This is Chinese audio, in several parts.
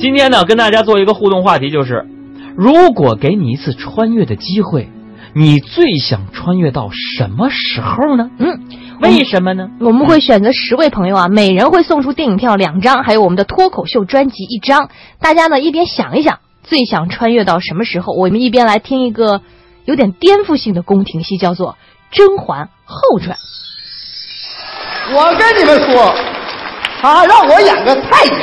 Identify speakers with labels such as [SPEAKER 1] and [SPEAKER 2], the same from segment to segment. [SPEAKER 1] 今天呢，跟大家做一个互动话题，就是如果给你一次穿越的机会，你最想穿越到什么时候呢？
[SPEAKER 2] 嗯，
[SPEAKER 1] 为什么呢？
[SPEAKER 2] 我们会选择十位朋友啊，每人会送出电影票两张，还有我们的脱口秀专辑一张。大家呢一边想一想，最想穿越到什么时候？我们一边来听一个有点颠覆性的宫廷戏，叫做《甄嬛后传》。
[SPEAKER 3] 我跟你们说，他让我演个太监，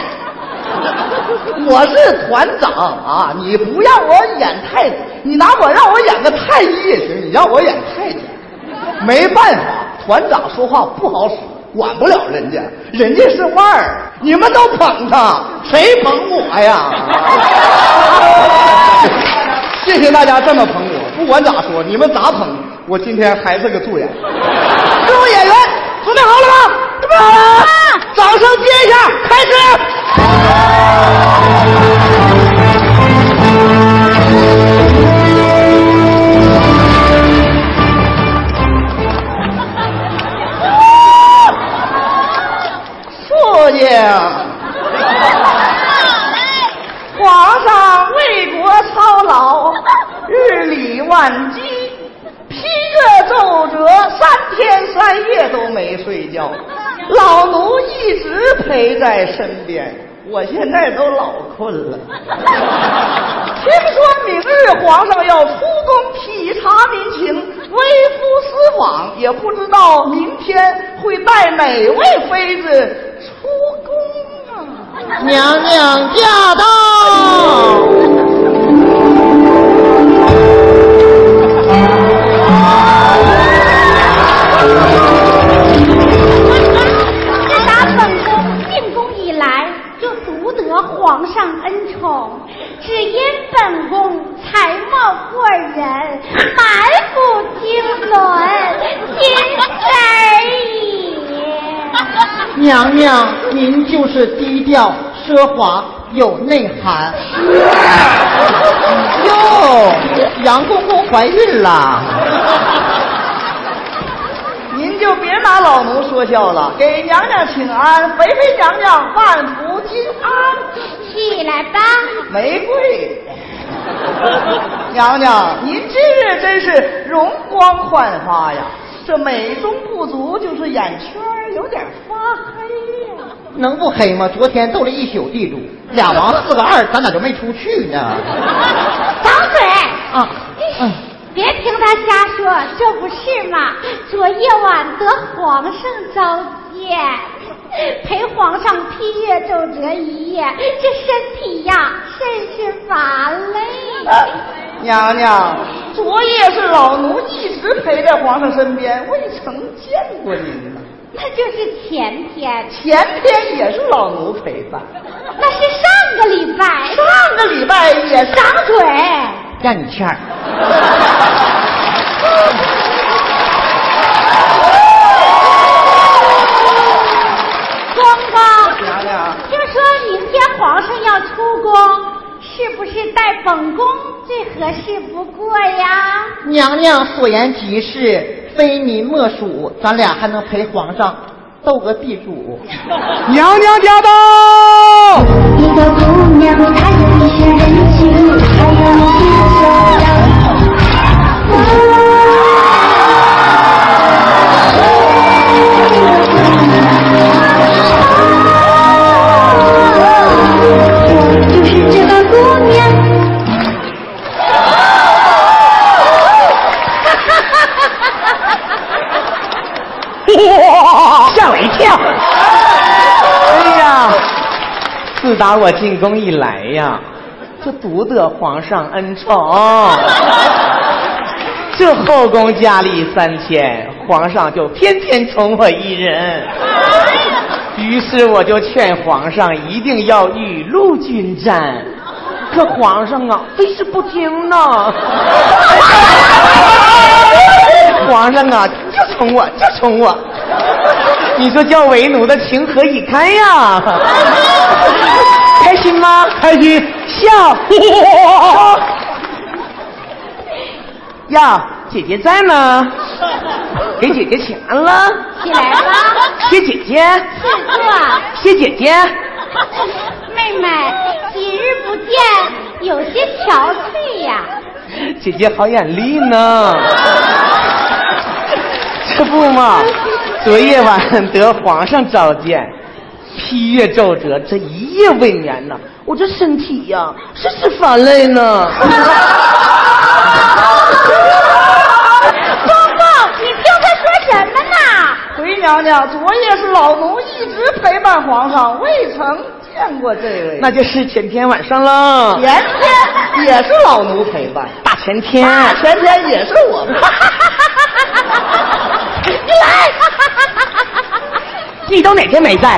[SPEAKER 3] 我是团长啊！你不让我演太子，你拿我让我演个太医也行，你让我演太监，没办法，团长说话不好使，管不了人家，人家是腕儿，你们都捧他，谁捧我呀？ 谢谢大家这么捧我，不管咋说，你们咋捧，我今天还是个助演。各位演员，准备好了吗？准备好了，掌声接一下，开始。父亲，皇上为国操劳，日理万机，批阅奏折，三天三夜都没睡 觉。老奴一直陪在身边，我现在都老 困了。听说明日皇上要出宫体察民情，微服私访，也不知道明天会带哪位妃子出宫啊？哎
[SPEAKER 4] 娘娘驾到！
[SPEAKER 5] 自打本宫进宫以来，就独得皇上恩宠，只因本宫才貌过人，满腹经纶，今而已。
[SPEAKER 4] 娘娘，您就是低调奢华有内涵。
[SPEAKER 3] 哟，杨公公怀孕了。您就别拿老奴说笑了，给娘娘请安，陪陪娘娘万福金安。
[SPEAKER 5] 起来吧，
[SPEAKER 3] 玫瑰，娘娘，您今日真是容光焕发呀！这美中不足就是眼圈儿有点发黑呀、
[SPEAKER 4] 能不黑吗？昨天斗了一宿地主，俩王四个二，咱咋就没出去 呢？
[SPEAKER 5] 掌嘴。
[SPEAKER 4] 啊，嗯，
[SPEAKER 5] 别听他瞎说，这不是嘛？昨夜晚得皇上召见， 陪皇上批阅奏折一夜，这身体呀，甚是乏累。
[SPEAKER 3] 啊娘娘，昨夜是老奴一直陪在皇上身边，未曾见过您呢。
[SPEAKER 5] 那就是前天，
[SPEAKER 3] 前天也是老奴陪伴，
[SPEAKER 5] 那是上个礼拜。
[SPEAKER 3] 上个礼拜也是。
[SPEAKER 5] 掌嘴，
[SPEAKER 4] 让你欠儿。
[SPEAKER 5] 公公，
[SPEAKER 3] 娘娘，
[SPEAKER 5] 听说明天皇上要出宫，是不是带本宫最合适不过呀？
[SPEAKER 4] 娘娘所言极是，非您莫属。咱俩还能陪皇上斗个地主。
[SPEAKER 3] 娘娘驾到！
[SPEAKER 6] 一个姑娘，她有一些人情，还有一些冷。我就是这个姑娘。
[SPEAKER 3] 哇，吓我一跳！哎呀，自打我进宫以来呀，就独得皇上恩宠。这后宫佳丽三千，皇上就天天宠我一人。于是我就劝皇上一定要雨露均沾，可皇上啊，非是不听呢。 皇上啊，就宠我，就宠我。你说叫为奴的情何以堪呀？开心吗？开心。笑。 呀，姐姐在呢，给姐姐请安了。
[SPEAKER 5] 起来吧。
[SPEAKER 3] 谢姐姐，
[SPEAKER 5] 是这，
[SPEAKER 3] 谢姐姐。
[SPEAKER 5] 妹妹，今憔悴呀。
[SPEAKER 7] 姐姐好眼力呢， 这不嘛，昨夜晚得皇上召见，批阅奏折，这一夜未眠呐，我这身体呀、甚是烦累呢。
[SPEAKER 5] 公公，你听他说什么呢？
[SPEAKER 3] 回娘娘，昨夜是老奴一直陪伴皇上，未曾见过这位。
[SPEAKER 7] 那就是前天晚上了，
[SPEAKER 3] 前天也是老奴陪伴，
[SPEAKER 7] 大前天，
[SPEAKER 3] 前天也是我 陪伴。
[SPEAKER 7] 你都哪天没在？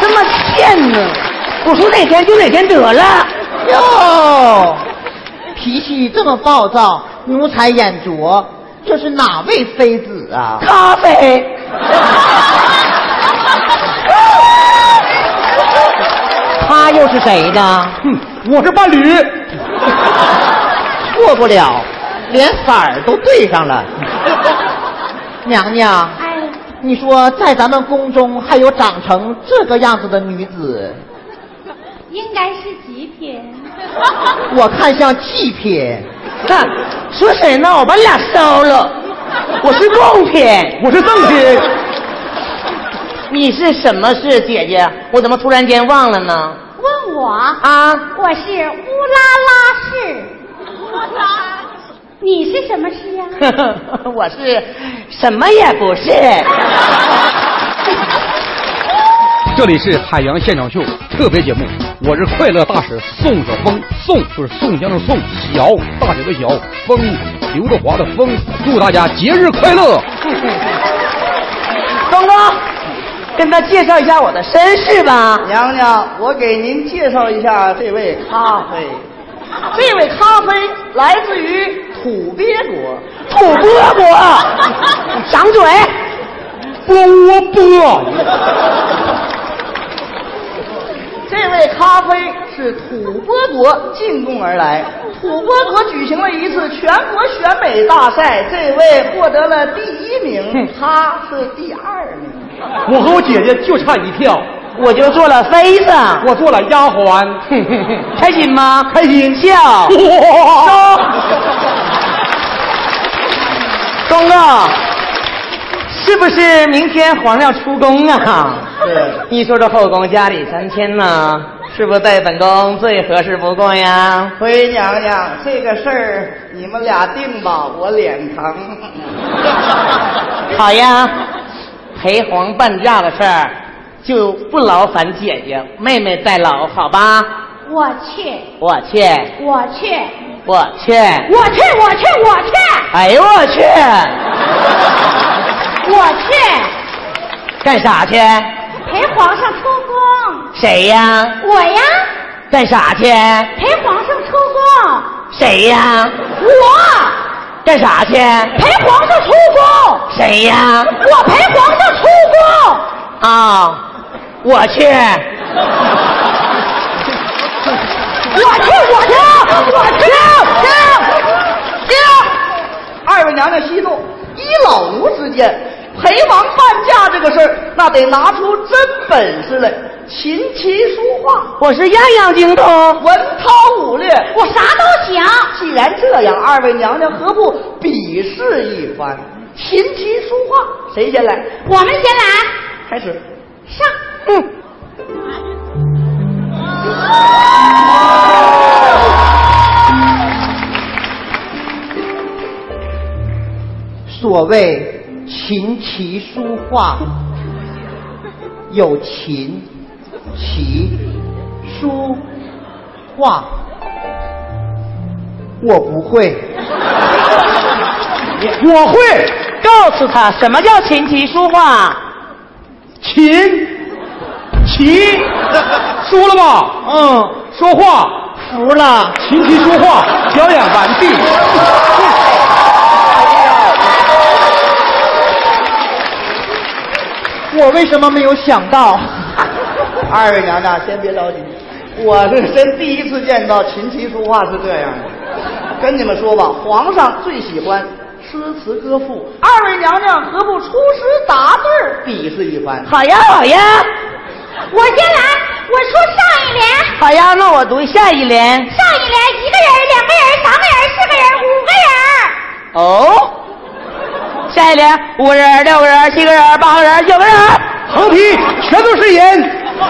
[SPEAKER 7] 这么欠呢？我说哪天就哪天得了。
[SPEAKER 4] 哟，脾气这么暴躁，奴才眼拙，这是哪位妃子啊？
[SPEAKER 7] 咖啡。
[SPEAKER 4] 他又是谁呢？
[SPEAKER 7] 哼，我是伴侣。
[SPEAKER 4] 错不了，连色儿都对上了。娘娘，
[SPEAKER 5] 哎，
[SPEAKER 4] 你说在咱们宫中还有长成这个样子的女 子，
[SPEAKER 5] 应该是极品。
[SPEAKER 4] 我看像祭品。
[SPEAKER 7] 看，说谁呢？我把俩烧了。我是贡品，我是赠品。你是什么事，姐姐？我怎么突然间忘了呢？
[SPEAKER 5] 问我，
[SPEAKER 7] 啊，
[SPEAKER 5] 我是乌拉拉氏。你是什么氏呀、
[SPEAKER 7] 我是什么也不是。
[SPEAKER 8] 这里是海洋现场秀特别节目，我是快乐大使宋晓峰，宋就是宋江的宋，晓大小的晓，风刘德华的风，祝大家节日快乐！
[SPEAKER 7] 东东，跟他介绍一下我的身世吧。
[SPEAKER 3] 娘娘，我给您介绍一下这位咖啡。
[SPEAKER 2] 嗯
[SPEAKER 3] 这位咖啡来自于土鳖国，
[SPEAKER 7] 土饽饽，掌嘴，波窝波，
[SPEAKER 3] 这位咖啡是吐蕃国进贡而来。吐蕃国举行了一次全国选美大赛，这位获得了第一名，他是第二名。
[SPEAKER 8] 我和我姐姐就差一票，
[SPEAKER 7] 我就做了妃子，
[SPEAKER 8] 我做了丫鬟，
[SPEAKER 7] 开心吗？开心，笑。东东，是不是明天皇上出宫啊？
[SPEAKER 3] 是
[SPEAKER 7] 一说这后宫佳丽三千呢，是不是对本宫最合适不过呀？
[SPEAKER 3] 回娘娘，这个事儿你们俩定吧，我脸疼。
[SPEAKER 7] 好呀，陪皇伴驾的事儿就不劳烦姐姐妹妹代劳，好吧？
[SPEAKER 5] 我去，
[SPEAKER 7] 我去，
[SPEAKER 5] 我去，
[SPEAKER 7] 我去，
[SPEAKER 5] 我去，我去，我去，
[SPEAKER 7] 哎呦我去，
[SPEAKER 5] 我去，
[SPEAKER 7] 干啥去？
[SPEAKER 5] 陪皇上出宫。
[SPEAKER 7] 谁呀？
[SPEAKER 5] 我呀，
[SPEAKER 7] 干啥去？
[SPEAKER 5] 陪皇上出宫。
[SPEAKER 7] 谁呀？
[SPEAKER 5] 我
[SPEAKER 7] 干啥去？
[SPEAKER 5] 陪皇上出宫，
[SPEAKER 7] 谁呀？
[SPEAKER 5] 我陪皇上出宫。
[SPEAKER 7] 啊、我去，
[SPEAKER 5] 我去，我去，我去，
[SPEAKER 3] 二位娘娘息怒，依老奴之见，陪王伴驾这个事儿，那得拿出真本事来，琴棋书画，
[SPEAKER 7] 我是样样精通。
[SPEAKER 3] 文韬武略。
[SPEAKER 5] 我啥都行。
[SPEAKER 3] 既然这样，二位娘娘何不比试一番？琴棋书画，谁先来？
[SPEAKER 5] 我们先来
[SPEAKER 3] 开始。
[SPEAKER 5] 上。
[SPEAKER 7] 嗯，
[SPEAKER 4] 所谓琴棋书画，有琴、棋、书、画，我不会。
[SPEAKER 7] 我会告诉他什么叫琴棋书画。
[SPEAKER 8] 琴，棋，输了吧？嗯，说话，
[SPEAKER 4] 服了，
[SPEAKER 8] 琴棋书画，表演完毕。
[SPEAKER 4] 我为什么没有想到？
[SPEAKER 3] 二位娘娘先别着急，我是真第一次见到琴棋书画是这样的。跟你们说吧，皇上最喜欢诗词歌赋，二位娘娘何不出诗答对儿比试一番？
[SPEAKER 7] 好呀好呀，
[SPEAKER 5] 我先来，我说上一联，
[SPEAKER 7] 好呀，那我读下一联。
[SPEAKER 5] 上一联一个人、两个人、三个人、四个人、五个人，
[SPEAKER 7] 哦，下一联五个人、六个人、七个人、八个人、九个人。
[SPEAKER 8] 横批全都是人，
[SPEAKER 5] 我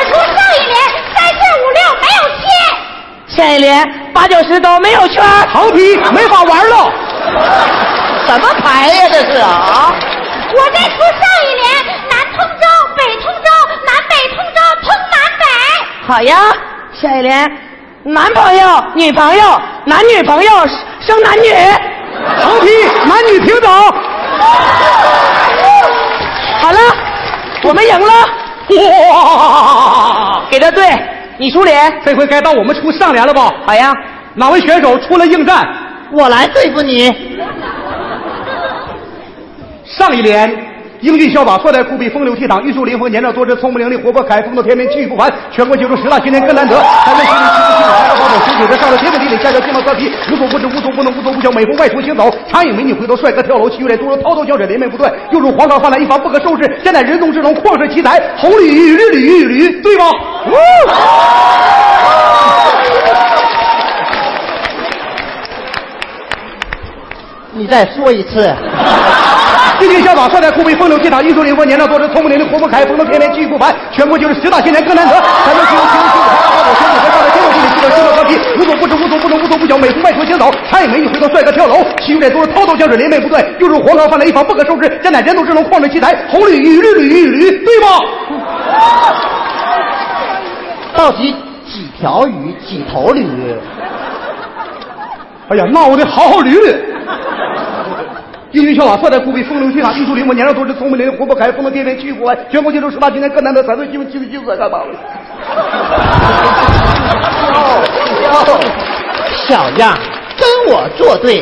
[SPEAKER 5] 说上一联三四五六没有七。
[SPEAKER 7] 下一联八九十都没有圈儿。
[SPEAKER 8] 横批没法玩了，
[SPEAKER 7] 什么牌呀、这是啊？
[SPEAKER 5] 我在说上一联，南通州，北通州，南北通州，通南北。
[SPEAKER 7] 好呀，下一联男朋友、女朋友、男女朋友生男女。
[SPEAKER 8] 横批男女平等，
[SPEAKER 7] 好了，我们赢了，哇！给的对，你出脸。
[SPEAKER 8] 这回该到我们出上联了吧？
[SPEAKER 7] 好呀，
[SPEAKER 8] 哪位选手出来应战？
[SPEAKER 3] 我来对付你。
[SPEAKER 8] 上一联。英俊潇洒，帅呆酷毙，风流倜傥，玉树临风，年少多姿，聪明伶俐，活泼可爱，风度翩翩，气宇不凡。全国杰出十大青年根兰德，三面十里，七十七里，八个包拯，十九的上了天文地理，下焦鸡毛蒜皮，无所不知，无所不能，无所不晓，美不外出行走，长影美女回头，帅哥跳楼，七月来多如滔滔江水，连绵不断，又如黄河泛滥，一发不可收拾。现在人中之龙，旷世奇才，红鲤鱼，日鲤鱼，雨鲤鱼，对吗？
[SPEAKER 3] 你再说一次，
[SPEAKER 8] 英俊潇洒，帅呆酷毙，风流倜傥，玉树临风，年少多姿，聪明伶俐，活泼可爱，风度翩翩，气宇不凡。全国就是十大青年更难得，咱们形容形容形容他八宝仙女，上了天文地理，地道地道调皮，无所不知，无所不能，无所不晓，美不外出行走，长影美女回头，帅哥跳楼，七月多是滔滔江水连绵不断，又是黄河泛滥，一发不可收拾。站在人头之龙，旷世奇才，红鲤鱼，绿鲤鱼，雨驴，对吗？
[SPEAKER 3] 到底几条鱼，几头驴？
[SPEAKER 8] 哎呀，闹得好好捋捋。英俊潇洒，帅呆酷毙，风流倜啊傥，玉树临风，年少多姿，聪明伶俐，活泼可爱，风度翩翩，气宇不凡。全国杰出十大青年更难得，咱们基本基本基本干嘛了？
[SPEAKER 3] 小样儿，哦跟我作对，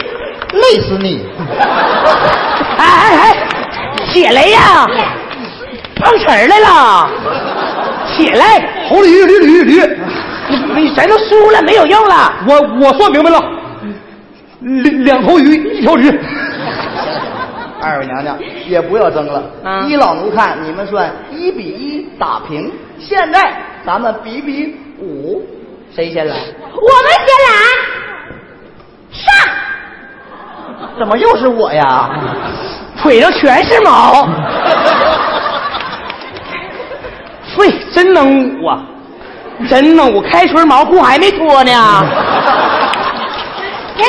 [SPEAKER 3] 累死你！
[SPEAKER 7] 哎哎哎，起来呀！碰瓷儿来了，起来！
[SPEAKER 8] 红鲤鱼，绿鲤鱼，驴。
[SPEAKER 7] 你你咱都输了，没有用了。
[SPEAKER 8] 我我算明白了，两两头鱼，一条鱼。
[SPEAKER 1] 啊
[SPEAKER 3] 二位娘娘也不要争了，
[SPEAKER 7] 嗯
[SPEAKER 3] 依老奴看你们算一比一打平。现在咱们比比武，谁先来？
[SPEAKER 5] 我们先来，上，
[SPEAKER 3] 怎么又是我呀？
[SPEAKER 7] 腿上全是毛。喂，真能捂啊，真能捂！开春毛裤还没脱呢，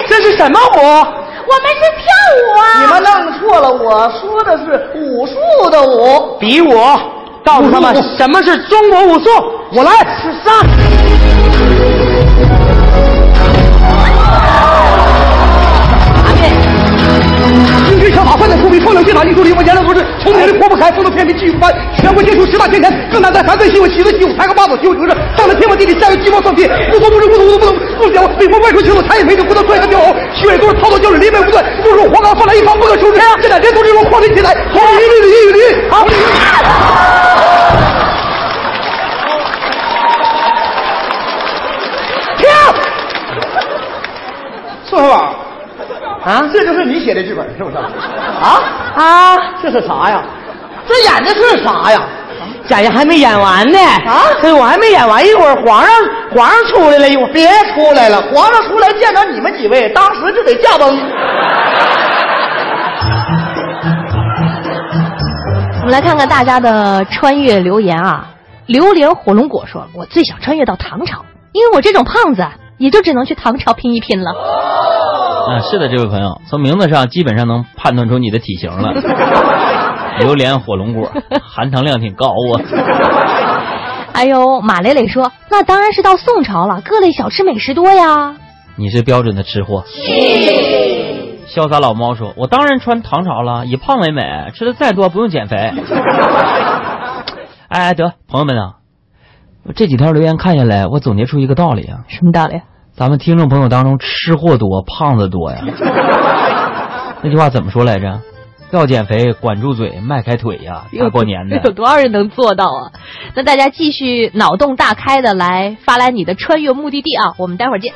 [SPEAKER 7] 这是什么舞？
[SPEAKER 5] 哎我们是跳舞啊。
[SPEAKER 3] 你们弄错了，我说的是武术的武。
[SPEAKER 7] 比武！告诉他们什么是中国武术！我来，是上。
[SPEAKER 8] 英俊潇洒，快点出名，风流倜傥，玉树临风，颜料多姿，聪明伶俐，活泼可爱，风度翩翩，气宇不凡。全国杰出十大青年，更难在寒醉西游，喜闻西游，抬个八斗，西游得志，上了天文地理，下有鸡毛蒜皮，无所不知，无所不能，不晓，北方外出行走，才也美女，回头帅哥跳楼，血也多是滔滔江水连绵不断，又入黄冈泛滥，一发不可收拾。现在人头之中，旷世奇才，红鲤鱼，绿鲤鱼，绿鲤鱼。好。
[SPEAKER 7] 停！
[SPEAKER 3] 宋小宝，
[SPEAKER 7] 啊
[SPEAKER 3] 这就是你写的剧本是不是？啊，
[SPEAKER 7] 啊！
[SPEAKER 3] 这是啥呀？这演的是啥呀？
[SPEAKER 7] 贾爷还没演完呢
[SPEAKER 3] 啊
[SPEAKER 7] 对，我还没演完，一会儿皇上皇上出来了，一会儿
[SPEAKER 3] 别出来了，皇上出来见着你们几位，当时就得驾崩。
[SPEAKER 2] 我们来看看大家的穿越留言啊。榴莲火龙果说：“我最想穿越到唐朝，因为我这种胖子啊也就只能去唐朝拼一拼了。
[SPEAKER 1] 嗯，是的，这位朋友，从名字上基本上能判断出你的体型 了。榴莲火龙果，含糖量挺高啊。”
[SPEAKER 2] 哎呦，马磊磊说：“那当然是到宋朝了，各类小吃美食多呀。
[SPEAKER 1] 你是标准的吃货。潇洒老猫说：“我当然穿唐朝了，以胖为美，吃的再多不用减肥。”哎，得，朋友们啊，我这几条留言看下来，我总结出一个道理啊，”
[SPEAKER 2] 什么道理？
[SPEAKER 1] 咱们听众朋友当中吃货多，胖子多呀。那句话怎么说来着？要减肥，管住嘴，迈开腿呀！大过年 的
[SPEAKER 2] 有，多少人能做到啊？那大家继续脑洞大开的来发来你的穿越目的地啊，我们待会儿见。